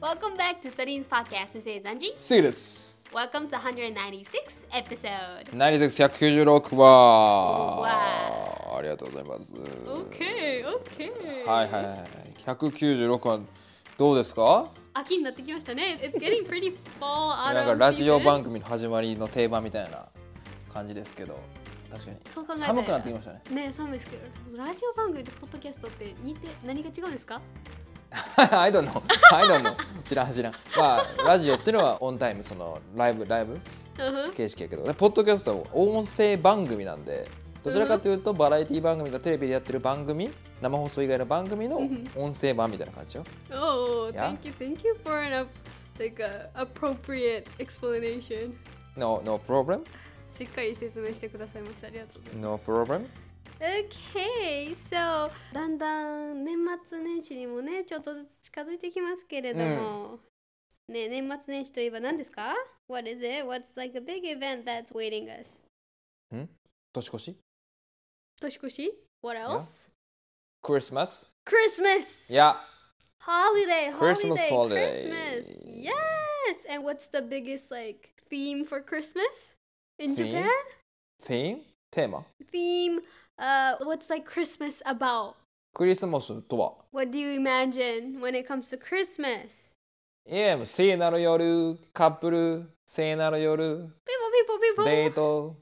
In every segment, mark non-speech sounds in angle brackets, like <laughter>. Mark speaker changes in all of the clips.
Speaker 1: Welcome back to Studying's podcast. This is Anji.
Speaker 2: 次です。
Speaker 1: Welcome to 196 episode.
Speaker 2: ナイゼクス百九十六話。
Speaker 1: わ
Speaker 2: ありがとうございます。
Speaker 1: Okay, okay.
Speaker 2: はいはいはい。百九十六話どうですか？
Speaker 1: 秋になってきましたね。It's getting pretty fall
Speaker 2: <laughs> なん
Speaker 1: autumn
Speaker 2: かラジオ
Speaker 1: season.
Speaker 2: 番組の始まりの定番みたいな感じですけど、確かに
Speaker 1: そう考えたら
Speaker 2: 寒くなってきましたね。 <laughs>
Speaker 1: ね寒いですけど、ラジオ番組とポッドキャストって似て何が違うんですか
Speaker 2: I don't know. <laughs> I don't know. 知らん知らん。まあラジオっていうのはオンタイムそのライブライブ
Speaker 1: うん
Speaker 2: 形式やけど、でポッドキャストは音声番組なんで。どちらかというとバラエティ番組とかテレビでやってる番組生放送以外の番組の音声版みたいな感じよ。
Speaker 1: Oh,
Speaker 2: Yeah.
Speaker 1: thank you, thank you for an up, like a appropriate explanation.
Speaker 2: No, no problem.
Speaker 1: しっかり説明してくださいました。ありがとうございま
Speaker 2: No
Speaker 1: す。
Speaker 2: problem.
Speaker 1: Okay, so だんだん年末年始にもねちょっとずつ近づいてきますけれども、ね年末年始といえば何ですか ?What is it? What's like a big event that's waiting us?
Speaker 2: 年越し
Speaker 1: 年越し ?What else?
Speaker 2: ?Christmas?
Speaker 1: Christmas!
Speaker 2: いや、
Speaker 1: Holiday!
Speaker 2: Christmas
Speaker 1: Holiday!
Speaker 2: holiday.
Speaker 1: Christmas! Yes! And what's the biggest like theme for Christmas? In
Speaker 2: Theme?
Speaker 1: Japan?
Speaker 2: theme? テーマ
Speaker 1: Theme? Uh, what's like Christmas about?
Speaker 2: クリスマスとは
Speaker 1: What do you imagine when it comes to Christmas?
Speaker 2: いや、もう聖なる夜、カップル、聖なる夜、
Speaker 1: ピポピポピポ
Speaker 2: デート。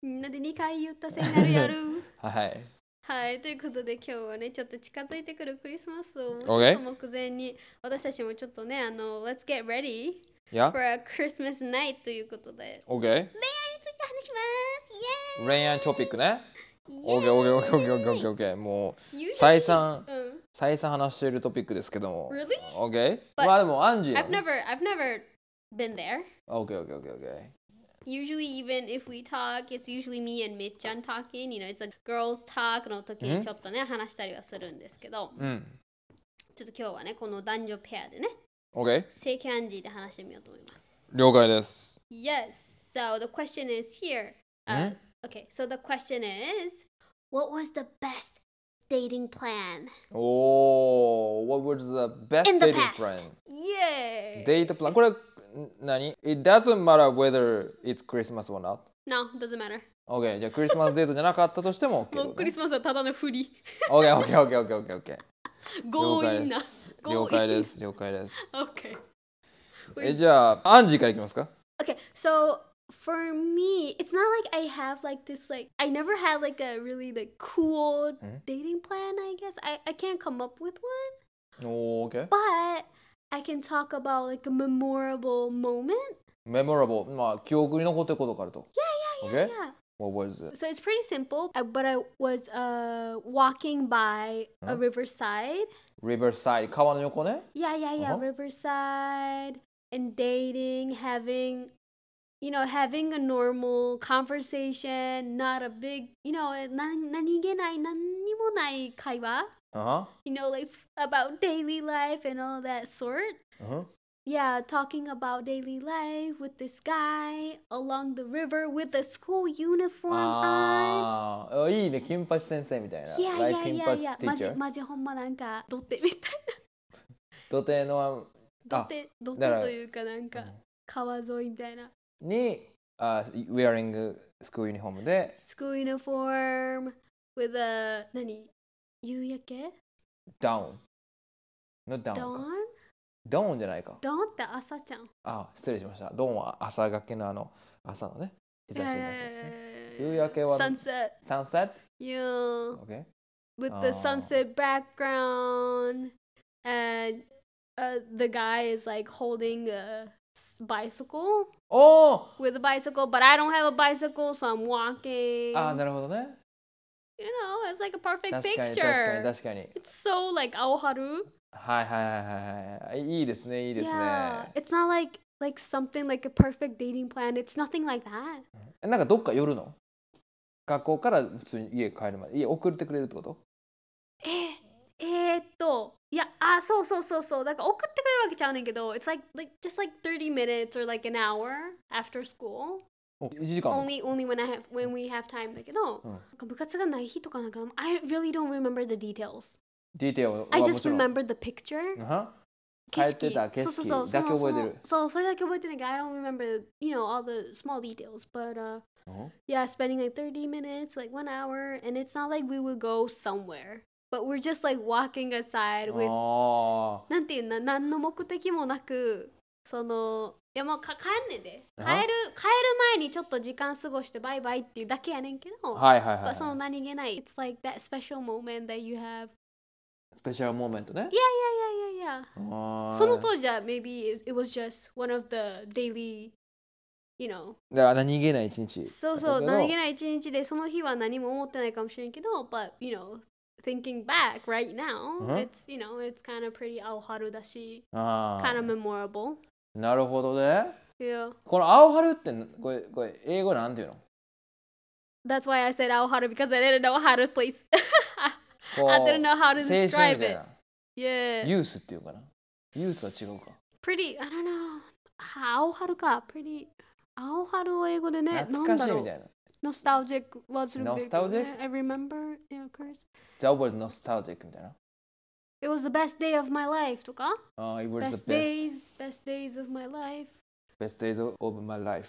Speaker 1: みんなで2回言ったせいになるやる
Speaker 2: はい。
Speaker 1: <laughs> はいということで今日はねちょっと近づいてくるクリスマスをもう
Speaker 2: Okay.
Speaker 1: ちょっと目前に私たちもちょっとねあの Let's get ready
Speaker 2: いや
Speaker 1: for a Christmas night ということで
Speaker 2: ?OK?
Speaker 1: 恋愛について話します
Speaker 2: 恋愛トピックね。
Speaker 1: イエーイ
Speaker 2: OKOKOKOKOKOK。もう、
Speaker 1: Usually-
Speaker 2: 再三
Speaker 1: うん
Speaker 2: 再三話しているトピックですけども。
Speaker 1: Really?
Speaker 2: OK?
Speaker 1: But-
Speaker 2: まあでも、アンジー。
Speaker 1: I've never I've never been there
Speaker 2: OKOKOKOK。
Speaker 1: Usually, even if we talk, it's usually me and Mitchan talking. You know, it's a girls talk の時にちょっとね、話したりはするんですけど、
Speaker 2: うん。
Speaker 1: ちょっと今日はね、この男女ペアでね、
Speaker 2: OK?
Speaker 1: 正規アンジーで話してみようと思います。
Speaker 2: 了解です。
Speaker 1: Yes, so the question is here. Uh,
Speaker 2: ん
Speaker 1: okay, so the question is What was the best dating plan?
Speaker 2: Oh, what was the best
Speaker 1: In the
Speaker 2: dating
Speaker 1: past.
Speaker 2: plan?
Speaker 1: Yay!
Speaker 2: Date plan. これ、ん何 ?It doesn't matter whether it's Christmas or not.
Speaker 1: No, doesn't matter.
Speaker 2: OK, じゃあクリスマスデートじゃなかったとしても OK
Speaker 1: もうクリ
Speaker 2: ス
Speaker 1: スマスはただの振り。
Speaker 2: マス。OK, OK, OK, OK, OK, OK.
Speaker 1: 強
Speaker 2: 了解
Speaker 1: 引
Speaker 2: で
Speaker 1: な。
Speaker 2: す。
Speaker 1: 強引
Speaker 2: 了解です。了解です。
Speaker 1: Okay.
Speaker 2: え、じゃあ、アンジーからいきますか
Speaker 1: Okay, so for me, it's not like I have like this like I never had like a really like cool
Speaker 2: Mhm.
Speaker 1: dating plan, I guess. I, I can't come up with one.
Speaker 2: おー、OK。
Speaker 1: but I can talk about like a memorable moment.
Speaker 2: Memorable. まあ、記憶に残ってることがあると。OK?
Speaker 1: Yeah.
Speaker 2: What was it?
Speaker 1: So it's pretty simple. Uh, But I was uh walking by a riverside.
Speaker 2: Riverside. 川の横ね。
Speaker 1: Yeah, yeah, yeah.
Speaker 2: Uh-huh.
Speaker 1: Riverside and dating, having you know, having a normal conversation, not a big, you know, eh, na- 何気ない、何にもない会話
Speaker 2: うんは
Speaker 1: you know, like f- about daily life and all that sort.
Speaker 2: うん。
Speaker 1: Yeah, talking about daily life with this guy along the river with a school uniform on.
Speaker 2: あーあ、いいね。金八先生みたいな。
Speaker 1: いやい
Speaker 2: Like
Speaker 1: やい
Speaker 2: 金
Speaker 1: や
Speaker 2: 八
Speaker 1: いや、マジ
Speaker 2: teacher.
Speaker 1: マジほんまなんか土手みたい
Speaker 2: 土手の
Speaker 1: な
Speaker 2: あ
Speaker 1: 土手土手
Speaker 2: だから
Speaker 1: というかなんか川沿いみたいな。
Speaker 2: に、あ、ウェアリングスクールユニフォームで、
Speaker 1: school uniform with a 何夕焼け
Speaker 2: ダウン。のダウン
Speaker 1: ダ
Speaker 2: か
Speaker 1: ウン。
Speaker 2: ダウンじゃないか。
Speaker 1: ダウンって朝ちゃん。
Speaker 2: あ、失礼しました。ドンは朝がけのあの朝のね、日差しの話ですね。
Speaker 1: 夕
Speaker 2: 夕焼けは
Speaker 1: Eh, sunset.
Speaker 2: サンセッ
Speaker 1: Yeah.
Speaker 2: ト ?OK?
Speaker 1: with the
Speaker 2: Oh.
Speaker 1: sunset background and uh, the guy is like holding a s- bicycle
Speaker 2: おー
Speaker 1: with a bicycle but i don't have a bicycle so i'm walking
Speaker 2: あー、なるほどね。
Speaker 1: you know it's like a perfect
Speaker 2: 確かに確かに
Speaker 1: picture
Speaker 2: 確かに。
Speaker 1: it's so like aoharu
Speaker 2: はいはいはいはいはい。いいですね、いいです
Speaker 1: yeah
Speaker 2: ね。
Speaker 1: it's not like like something like a perfect dating plan it's nothing like that
Speaker 2: えなんかどっか寄るの学校から普通に家帰るまで。家送ってくれるってこと
Speaker 1: ええーっといやあそうそうそうそうだから送ってくれるわけちゃうねんけど it's like like just like 30 minutes or like an hour after school
Speaker 2: お ?1 時間も
Speaker 1: only only when I have when we have time だけど、
Speaker 2: うん
Speaker 1: なんか部活がない日とかなんか I really don't remember the details
Speaker 2: ディテールは
Speaker 1: I
Speaker 2: も
Speaker 1: just
Speaker 2: ちろん。
Speaker 1: remember the picture
Speaker 2: うんは
Speaker 1: 景色
Speaker 2: 帰ってた景色
Speaker 1: そうそうそう
Speaker 2: だけ覚えてる
Speaker 1: そのそのそうそれだけ覚えてるけど I don't remember you know all the small details but uh yeah spending like 30 minutes like one hour and it's not like we would go somewhere but we're just like walking aside with
Speaker 2: Oh. あ
Speaker 1: なんていうんだ何の目的もなくそのいやもうか帰んねんで帰
Speaker 2: あ
Speaker 1: る帰る前にちょっと時間過ごしてバイバイっていうだけやねんけ
Speaker 2: あ
Speaker 1: ど、
Speaker 2: はいはいはい、は
Speaker 1: but その
Speaker 2: い、
Speaker 1: 何気ない it's like that special moment that you have
Speaker 2: スペシャルモーメントね
Speaker 1: yeah yeah yeah yeah
Speaker 2: あー
Speaker 1: その当時は maybe it it was just one of the daily you know
Speaker 2: だから何気ない一日
Speaker 1: そうそう
Speaker 2: だったけど
Speaker 1: 何気ない一日でその日は何も思ってないかもしれんけど but you know thinking back right now
Speaker 2: ん
Speaker 1: it's you know it's kind of pretty 青春だし
Speaker 2: あ
Speaker 1: kind
Speaker 2: ー
Speaker 1: of memorable
Speaker 2: なるほどね
Speaker 1: yeah
Speaker 2: この青春ってこれこれ英語なんていうの
Speaker 1: That's why I said Aoharu because I didn't know how to place. <laughs>
Speaker 2: こう
Speaker 1: I didn't know how
Speaker 2: 青
Speaker 1: to
Speaker 2: 春みた
Speaker 1: describe
Speaker 2: い
Speaker 1: it.
Speaker 2: な
Speaker 1: Yeah.
Speaker 2: ユースっていうかなユースは違うか
Speaker 1: Pretty, I don't know. アオハルか。Pretty. アオハルを英語でね、
Speaker 2: 懐かしい
Speaker 1: なん
Speaker 2: み
Speaker 1: だろ
Speaker 2: た
Speaker 1: う。
Speaker 2: いな
Speaker 1: Nostalgic はするべき、ね。
Speaker 2: Nostalgic?
Speaker 1: I remember it occurs.
Speaker 2: The was nostalgic みたいな
Speaker 1: It was the best day of my life とか。
Speaker 2: ああ、it was
Speaker 1: Best
Speaker 2: the best,
Speaker 1: days, best days of my life.
Speaker 2: best days of my life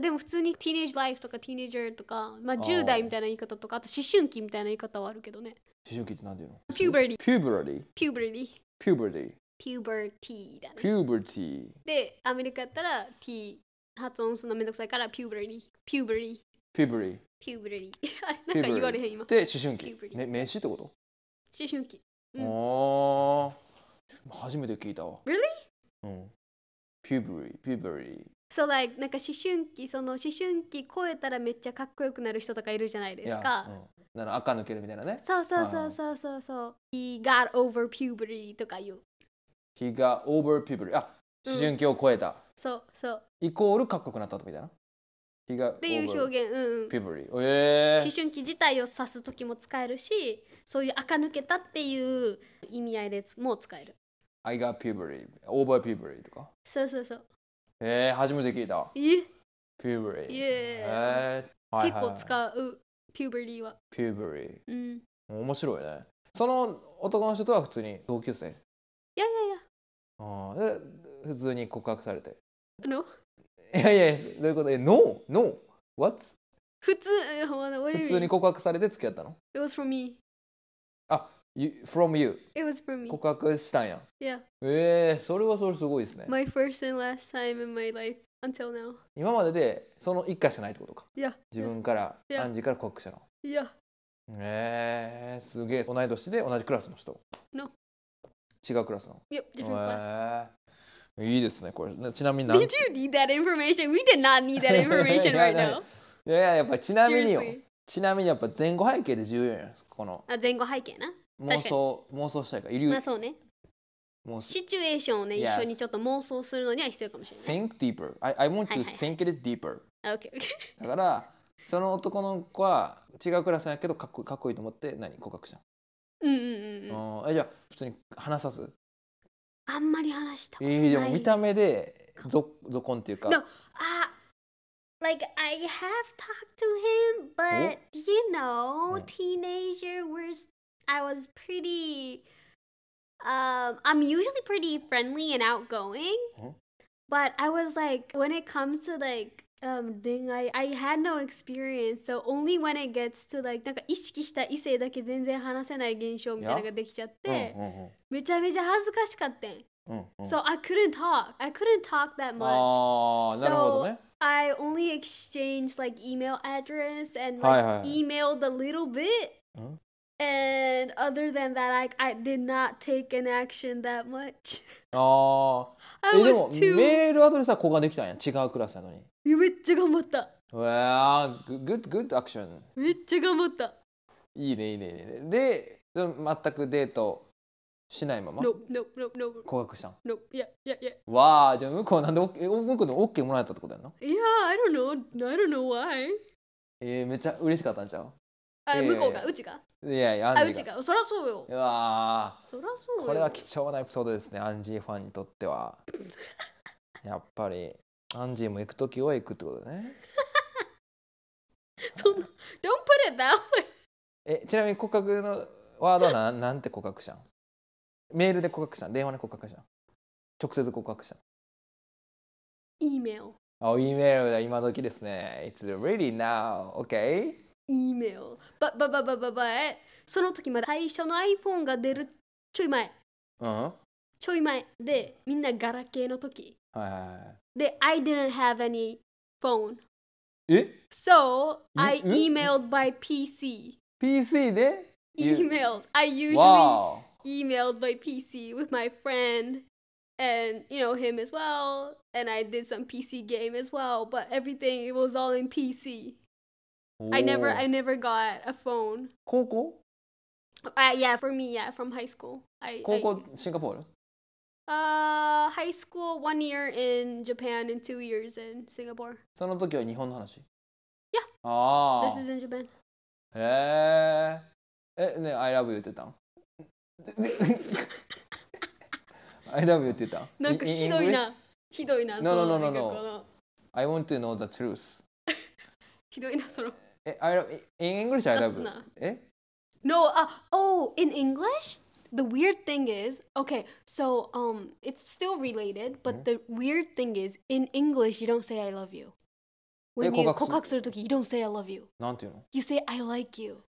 Speaker 1: でも普通に teenage life とか teenager とか、まあ
Speaker 2: あー
Speaker 1: 10代みたいな言い方とか、あと思春期みたいな言い方はあるけどね。
Speaker 2: 思春期ってなんていうの
Speaker 1: Puberty.
Speaker 2: puberty
Speaker 1: Puberty.
Speaker 2: puberty
Speaker 1: Puberty だね。
Speaker 2: puberty
Speaker 1: で、アメリカやったら T 発音するのめんどくさいからピューブリー、ピューブリ
Speaker 2: puberty
Speaker 1: ー、ピューブリー。 <laughs> あれなんか言われへん今
Speaker 2: っ。て思春期
Speaker 1: puberty
Speaker 2: め名詞ってこと
Speaker 1: 思春期。うん
Speaker 2: おー初めて聞いたわ
Speaker 1: Really？
Speaker 2: うん。puberty puberty
Speaker 1: そう、like、なんか思春期、その思春期超えたらめっちゃかっこよくなる人とかいるじゃないですか。
Speaker 2: うん、なの赤抜けるみたいなね
Speaker 1: そうそうそうそうそうそう。He got over puberty とか言う。
Speaker 2: 日が over puberty あ
Speaker 1: うん
Speaker 2: 思春期を超えた、
Speaker 1: そうそう。
Speaker 2: イコールかっこよくなったみたいな日が over
Speaker 1: っていう表現。うんうん。
Speaker 2: puberty え
Speaker 1: 思
Speaker 2: ー、
Speaker 1: 春期自体を指す時も使えるし、そういう垢抜けたっていう意味合いでつもう使える。
Speaker 2: I got puberty over puberty とか
Speaker 1: そうそうそう。
Speaker 2: えー、初めて聞いた
Speaker 1: え、
Speaker 2: puberty
Speaker 1: イ
Speaker 2: え
Speaker 1: エ
Speaker 2: ーはい
Speaker 1: 結
Speaker 2: はい
Speaker 1: 構使う、ピューブリーは。
Speaker 2: puberty
Speaker 1: うん。
Speaker 2: 面白いねその男の人とは普通に同級生
Speaker 1: いやいやいや。
Speaker 2: あーで普通に告白されて
Speaker 1: No?
Speaker 2: いやいやどういうことえ No No What
Speaker 1: 普通、えほんまだ
Speaker 2: 普通に
Speaker 1: It
Speaker 2: 告白されて付き合ったの
Speaker 1: was from me.
Speaker 2: you, from you
Speaker 1: It was from me.
Speaker 2: 告白したんや
Speaker 1: Yeah.
Speaker 2: えー、それはそれすごいですね
Speaker 1: My first and last time in my life until now.
Speaker 2: 今まででその一回しかないってことか
Speaker 1: Yeah.
Speaker 2: 自分から
Speaker 1: いや
Speaker 2: アンジから告白したの
Speaker 1: Yeah.
Speaker 2: えー、すげえ同い年で同じクラスの人
Speaker 1: No
Speaker 2: 違うクラスの
Speaker 1: Yep. Different class.
Speaker 2: えーいいですねこれねちなみになん
Speaker 1: Did you need that information? We did not
Speaker 2: <laughs>
Speaker 1: need that information right now.
Speaker 2: いやいややっぱちなみによ
Speaker 1: に
Speaker 2: ちなみにやっぱ前後背景で重要やんこの
Speaker 1: あ前後背景な。
Speaker 2: 妄想妄想したいからイリュ
Speaker 1: まあそうね。
Speaker 2: 妄想
Speaker 1: シチュエーションをね、一
Speaker 2: Yes.
Speaker 1: 緒にちょっと妄想するのには必要かもしれ
Speaker 2: think deeper I, I want
Speaker 1: はい
Speaker 2: to
Speaker 1: はいはい
Speaker 2: think it deeper
Speaker 1: ない。OK, OK.
Speaker 2: だからその男の子は違うクラスやけどかっこかっこいいと思って何告白した
Speaker 1: うんうんうんうん。
Speaker 2: の、うん、えじゃあ普通に話さず
Speaker 1: あんまり話したこと
Speaker 2: え
Speaker 1: ない。
Speaker 2: ー、でも見た目でぞぞこんっていうか
Speaker 1: No. あ Uh, like I have talked to him, but you know,
Speaker 2: うん
Speaker 1: teenager was I was pretty um I'm usually pretty friendly and outgoing.
Speaker 2: うん
Speaker 1: But I was like when it comes to like um thing I I had no experience. So only when it gets to like なんか意識した異性だけ全然話せない現象みたいなのができちゃっ
Speaker 2: うんう
Speaker 1: て、
Speaker 2: ん
Speaker 1: めちゃめちゃ恥ずかしかったん。
Speaker 2: うんうんうん
Speaker 1: So I couldn't talk. I couldn't talk that much.
Speaker 2: ああなるほどね
Speaker 1: I only exchanged like email address and
Speaker 2: Hi,
Speaker 1: like
Speaker 2: hi, Oh. hi.
Speaker 1: emailed a little bit.
Speaker 2: Huh?
Speaker 1: And other than that, I I did not take an action that much. <laughs>
Speaker 2: ああ
Speaker 1: I
Speaker 2: えでも
Speaker 1: was too.
Speaker 2: メールアドレスは交換できたんや違うクラスなのに
Speaker 1: めっちゃ頑張った。
Speaker 2: うわあグッグッドアクション
Speaker 1: めっちゃ頑張った。
Speaker 2: いいねいいねいいねで全くデートしないまま
Speaker 1: No, no, no, no,
Speaker 2: 告白したん
Speaker 1: no. Yeah, yeah, yeah.
Speaker 2: わあじゃあ向こうなんでオッケーお向こうのオッケーもらえたってことやんな
Speaker 1: Yeah, I don't know. I don't know why.
Speaker 2: えー、めっちゃ嬉しかったんちゃう
Speaker 1: あ、
Speaker 2: いやいやい
Speaker 1: 向
Speaker 2: や
Speaker 1: こうが、うちが。
Speaker 2: いやいやア
Speaker 1: あ、う
Speaker 2: ンジ
Speaker 1: ち
Speaker 2: ーが
Speaker 1: が。そらそうよ
Speaker 2: う。わあ
Speaker 1: そらそうよ。
Speaker 2: こ
Speaker 1: <laughs>
Speaker 2: れは貴重なエピソードですねアンジーファンにとって <laughs> はやっぱりアンジーも行く時は行くってことだね
Speaker 1: そんな。Don't put it that way.
Speaker 2: <laughs> えちなみに告白のワードはなんなんて告白したんメールで告白したの電話で告白したの直接告白したの
Speaker 1: E メオ。
Speaker 2: あ、E メールだ、今時ですね。It's ready now, okay?
Speaker 1: E メオ。ばばばばばばえ。その時まだ最初の iPhone が出るちょい前。
Speaker 2: うん。は
Speaker 1: ちょい前でみんなガラケーの時。
Speaker 2: いはいは
Speaker 1: で、I didn't have any phone.
Speaker 2: い。え
Speaker 1: So I
Speaker 2: んん
Speaker 1: emailed by PC.
Speaker 2: ?PC で You-
Speaker 1: Emailed. I usually
Speaker 2: Wow.
Speaker 1: emailed by PC with my friend and you know him as well and I did some PC game as well but everything it was all in PC. I never
Speaker 2: おー
Speaker 1: I never got a phone.
Speaker 2: 高校
Speaker 1: Uh, yeah, for me, yeah, from high school. I,
Speaker 2: 高
Speaker 1: I
Speaker 2: 校シンガポール
Speaker 1: uh high school one year in Japan and two years in Singapore.
Speaker 2: その時は日本の話
Speaker 1: Yeah.
Speaker 2: ああ。
Speaker 1: This is in Japan.
Speaker 2: へえ。え、ね、I love you って言ったん ?I love you っ
Speaker 1: <laughs>
Speaker 2: て言ったん In- in English?
Speaker 1: なんかひどいな。ひどいな。
Speaker 2: No, no,
Speaker 1: そのな
Speaker 2: no, no,
Speaker 1: んか
Speaker 2: no.
Speaker 1: この
Speaker 2: I want to know the truth.
Speaker 1: ひどいな、その。
Speaker 2: え、I love, in English I
Speaker 1: 雑
Speaker 2: love you.
Speaker 1: な
Speaker 2: え
Speaker 1: No, uh, oh, in English? The weird thing is, okay, so um it's still related, but
Speaker 2: Mm-hmm.
Speaker 1: the weird thing is in English you don't say I love you. When you
Speaker 2: 告白する-
Speaker 1: 告白する時 you don't say I love you.
Speaker 2: なんていうの
Speaker 1: You say I like you.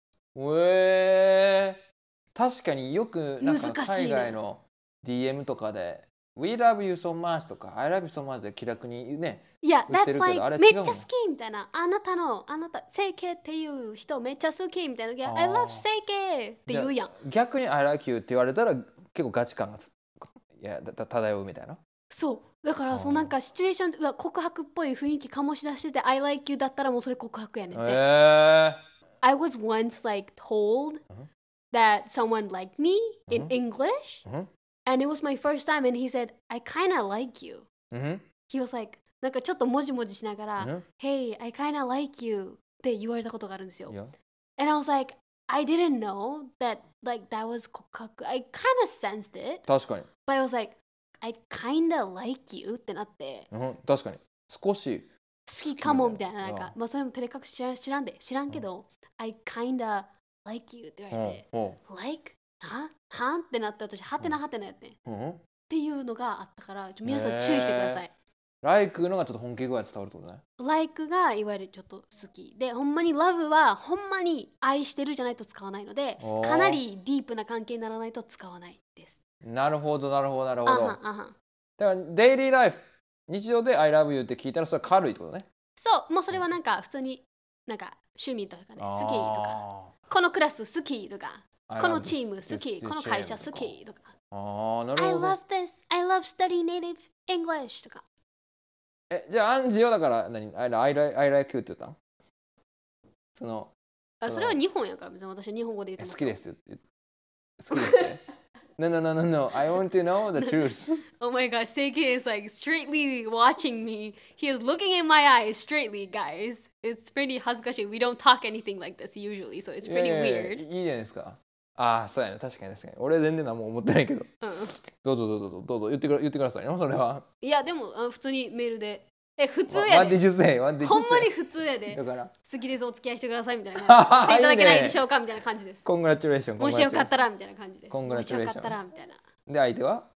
Speaker 2: えー、確かによくなんか
Speaker 1: 難しいね
Speaker 2: 海外の DM とかで「We love you so much」とか「I love you so much」で気楽にね
Speaker 1: Yeah,
Speaker 2: 売ってる
Speaker 1: that's
Speaker 2: けど
Speaker 1: like
Speaker 2: あれ違うの
Speaker 1: めっちゃ好きみたいな。あなたの、あなた、整形っていう人めっちゃ好きみたいな時は。
Speaker 2: あー
Speaker 1: I love 整形って言うやん。
Speaker 2: 逆に「I like you」って言われたら結構ガチ感がついやだだ漂うみたいな
Speaker 1: そう。だか
Speaker 2: あ
Speaker 1: ら、
Speaker 2: ー
Speaker 1: そうなんかシチュエーションでうわ告白っぽい雰囲気醸し出してて、I like you だったらもうそれ告白やねんて。
Speaker 2: え
Speaker 1: I was once like told
Speaker 2: Mhm.
Speaker 1: that someone liked me in
Speaker 2: Mhm.
Speaker 1: English,
Speaker 2: ー、うん
Speaker 1: and it was my first time, and he said, I kinda like you.
Speaker 2: うん、
Speaker 1: He was like, なんかちょっともじもじしながら、Hey, I kinda like you って言われたことがあるんですよ
Speaker 2: うん、い。や
Speaker 1: And I was like, I didn't know that like that was kokaku. I kind of sensed it,
Speaker 2: 確かに、
Speaker 1: but I was like, I kind of like you ってなって、
Speaker 2: うん、確かに少し
Speaker 1: 好きかもみたいな、な
Speaker 2: 好き
Speaker 1: ん
Speaker 2: みたいな
Speaker 1: か
Speaker 2: う、
Speaker 1: まあそれも照れ隠し知らん知らんで、知らんけど、I kinda like you って言
Speaker 2: う
Speaker 1: われ
Speaker 2: ん
Speaker 1: て、
Speaker 2: うん
Speaker 1: like? ははんってなって私、はてなはてなやってん。っ
Speaker 2: うん
Speaker 1: ていうのがあったから、ちょ皆さん注意してください。
Speaker 2: like のがちょっと本気具合伝わるってことね
Speaker 1: like がいわゆるちょっと好きでほんまに love はほんまに愛してるじゃないと使わないので
Speaker 2: おー
Speaker 1: かなりディープな関係にならないと使わないです。
Speaker 2: なるほどなるほどなるほ
Speaker 1: あは
Speaker 2: ど
Speaker 1: んあはん
Speaker 2: だからデイリーライフ日常で「I love you」って聞いたらそれは軽いってことね
Speaker 1: そう、もうそれはなんか普通になんか趣味とかね、好きとか、このクラス好きとか、
Speaker 2: あ
Speaker 1: このチーム好き、この会社好。きとか、
Speaker 2: あ I love this- this team とかあー、な
Speaker 1: I
Speaker 2: るほど
Speaker 1: love。this, I love study native English とか、
Speaker 2: え、じゃあ、アンジオだから何、I li- I li- I like you って言ったのその、
Speaker 1: あそれは日本やから別に私は日本語で言っ
Speaker 2: え
Speaker 1: てま
Speaker 2: 好
Speaker 1: す。。
Speaker 2: きですすって言って。好きです
Speaker 1: <laughs>
Speaker 2: って。no, no, no, no, no. I want to know the truth.
Speaker 1: Oh my god, Seiki is like straightly watching me. He is looking in my eyes straightly, guys. It's pretty 恥ずかしい。We don't talk anything like this usually, so <laughs> it's
Speaker 2: いや
Speaker 1: pretty
Speaker 2: いやいや
Speaker 1: weird.
Speaker 2: いいじゃないですか。ああ、そうやね。確かに確かに。俺全然何も思ってないけど。
Speaker 1: うん
Speaker 2: どうぞどうぞどうぞどうぞ言ってくだ言ってくださいよ、それは。
Speaker 1: いや、でもあ普通にメールで。え、普通
Speaker 2: What
Speaker 1: や
Speaker 2: what
Speaker 1: で。
Speaker 2: did you say? What did you say?
Speaker 1: ほんまに普通やで
Speaker 2: だ。から、
Speaker 1: 好きですお付き合いしてくださいみ <laughs> たいな感じしていただけない
Speaker 2: <laughs>
Speaker 1: でしょうかみたいな感じです。
Speaker 2: コングラチュレーション。
Speaker 1: もしよかったらみたいな感じです。
Speaker 2: コン
Speaker 1: も
Speaker 2: グラ
Speaker 1: し
Speaker 2: チュレ
Speaker 1: よか
Speaker 2: ーショ
Speaker 1: っ
Speaker 2: ン
Speaker 1: たらみたいな。
Speaker 2: で相手は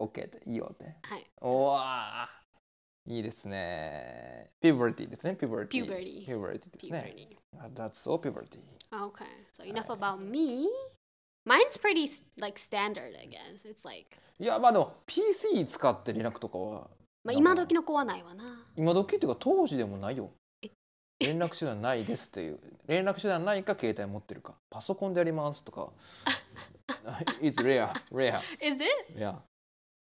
Speaker 2: OK っていいよって
Speaker 1: はい。
Speaker 2: おわーいいですねピューバリティですねピューバリティ
Speaker 1: Puberty
Speaker 2: ピューバリティですね
Speaker 1: Puberty.
Speaker 2: Ah, That's all puberty
Speaker 1: Okay. So enough about me. Mine's pretty s- like standard, I guess. It's like
Speaker 2: いやまあでも PC 使って連絡とかは
Speaker 1: まあ
Speaker 2: だから
Speaker 1: 今時の子はないわな。
Speaker 2: 今時っていうか当時でもないよ
Speaker 1: え
Speaker 2: 連絡手段ないですっていう連絡手段ないか携帯持ってるかパソコンでやります
Speaker 1: <laughs>
Speaker 2: とか It's rare rare
Speaker 1: Is it?
Speaker 2: yeah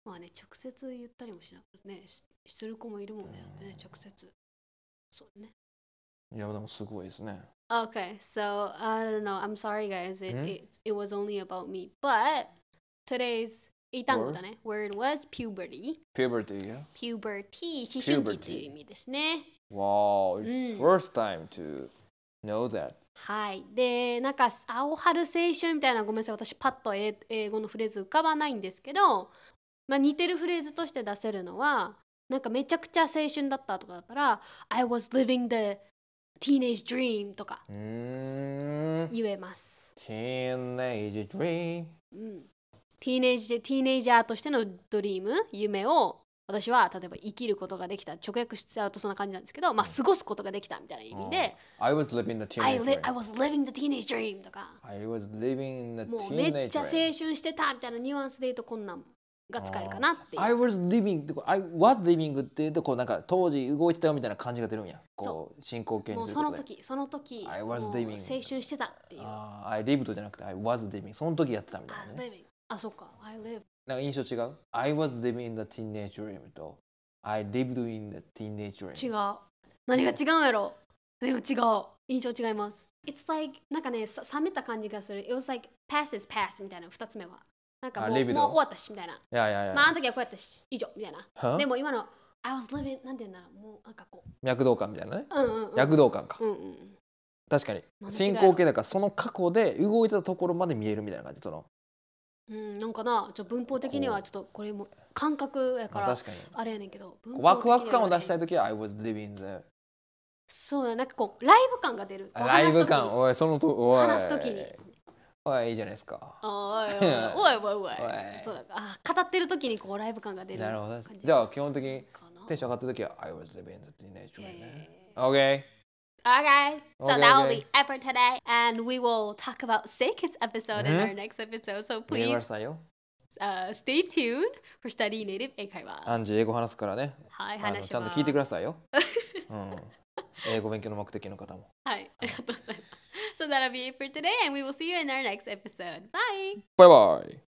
Speaker 1: まあね、直接言ったりもしなくてね、しする子もいるもんね。だってね、直接。そうね。
Speaker 2: いやでもすごいですね
Speaker 1: Okay, so I don't know. I'm sorry, guys. It,
Speaker 2: Hmm?
Speaker 1: it, it was only about me. But today's 英単語だね。Word was puberty.
Speaker 2: puberty yeah
Speaker 1: puberty 思春期という意味ですね。
Speaker 2: wow
Speaker 1: うん
Speaker 2: it's first time to know that
Speaker 1: はい。で、なんか青春青春みたいなごめんなさい、私パッと英英語のフレーズ浮かばないんですけど、まあ、似てるフレーズとして出せるのは、なんかめちゃくちゃ青春だったとかだったら、I was living the teenage dream とか
Speaker 2: うーん
Speaker 1: 言えます。
Speaker 2: Teenage Dream
Speaker 1: うん。ティーネージティーネイジャーとしてのドリーム夢を私は例えば生きることができた直訳しちゃうとそんな感じなんですけど、まあ、過ごすことができたみたいな意味 <laughs> で
Speaker 2: 「I was living the
Speaker 1: 「I, li- I
Speaker 2: teenage dream
Speaker 1: was living the teenage dream」とか
Speaker 2: I was living the
Speaker 1: もうめっ
Speaker 2: teenage
Speaker 1: ちゃ青
Speaker 2: dream
Speaker 1: 春してたみたいなニュアンスで言うとこんなんが使えるかなっていう
Speaker 2: I was living ってこう I was living って言うとこうなんか当時動いてたよみたいな感じが出るんやこう進行形
Speaker 1: もう
Speaker 2: にする
Speaker 1: そ
Speaker 2: こと
Speaker 1: の
Speaker 2: で
Speaker 1: 時その時
Speaker 2: I
Speaker 1: もう
Speaker 2: was
Speaker 1: 青
Speaker 2: dreaming
Speaker 1: 春してたっていうあ
Speaker 2: ああ I lived じゃなくて I was living その時やってたみたいなね
Speaker 1: living あそっか I live
Speaker 2: なんか印象違う I was living the teenage dream と I lived in the teenage dream
Speaker 1: 違う何が違うんやろでも違う印象違います It's like なんかねさ冷めた感じがする It was like past is past みたいな二つ目はなんかもう
Speaker 2: あ
Speaker 1: もう
Speaker 2: lived
Speaker 1: 終わったしみたいな、
Speaker 2: いやいやいや、
Speaker 1: まああの時はこうやったし以上みたいな
Speaker 2: は
Speaker 1: でも今の I was living なんて言うんだろうもうなんかこ
Speaker 2: 躍動感みたいなね
Speaker 1: ううんうんうん
Speaker 2: 躍動感か
Speaker 1: うんうん
Speaker 2: 確かに
Speaker 1: 何の違い
Speaker 2: 進行形だからその過去で動いてたところまで見えるみたいな感じその
Speaker 1: うん、なんかなちょっと文法的にはちょっとこれも感覚やか
Speaker 2: ま
Speaker 1: ら
Speaker 2: あ確かに
Speaker 1: あれやねんけど文法的には
Speaker 2: ワクワク感を出したい時は I was living the
Speaker 1: そうだなんかこうライブ感が出るこう
Speaker 2: ライ
Speaker 1: 話
Speaker 2: ブ
Speaker 1: す時
Speaker 2: 感
Speaker 1: に
Speaker 2: おいそのとおい
Speaker 1: 話す時に
Speaker 2: おいいいじゃないですか
Speaker 1: あーおいおいおいおいおい
Speaker 2: おい
Speaker 1: そうだあー語ってる時にこうライブ感が出る
Speaker 2: なるほど
Speaker 1: 感
Speaker 2: じゃあ基本的に
Speaker 1: かな
Speaker 2: テンション上がった時は I was living the teenage
Speaker 1: いやいや
Speaker 2: dream
Speaker 1: いや
Speaker 2: ね OK
Speaker 1: Okay, so
Speaker 2: Okay,
Speaker 1: that will
Speaker 2: okay.
Speaker 1: be it for today, and we will talk about Seika's episode in
Speaker 2: Mhm.
Speaker 1: our next episode. So
Speaker 2: 見えま
Speaker 1: please
Speaker 2: したよ
Speaker 1: uh, stay tuned for Study Native 英会話。
Speaker 2: アンジ英語話すからね
Speaker 1: はい、
Speaker 2: あの
Speaker 1: 話し
Speaker 2: ちゃん
Speaker 1: ま
Speaker 2: と
Speaker 1: す。
Speaker 2: 聞いてくださいよ、うん、英語勉強の目的の方も
Speaker 1: はい、 <laughs> ありがとうございます。So that'll be it for today, and we will see you in our next episode. Bye!
Speaker 2: バイバイ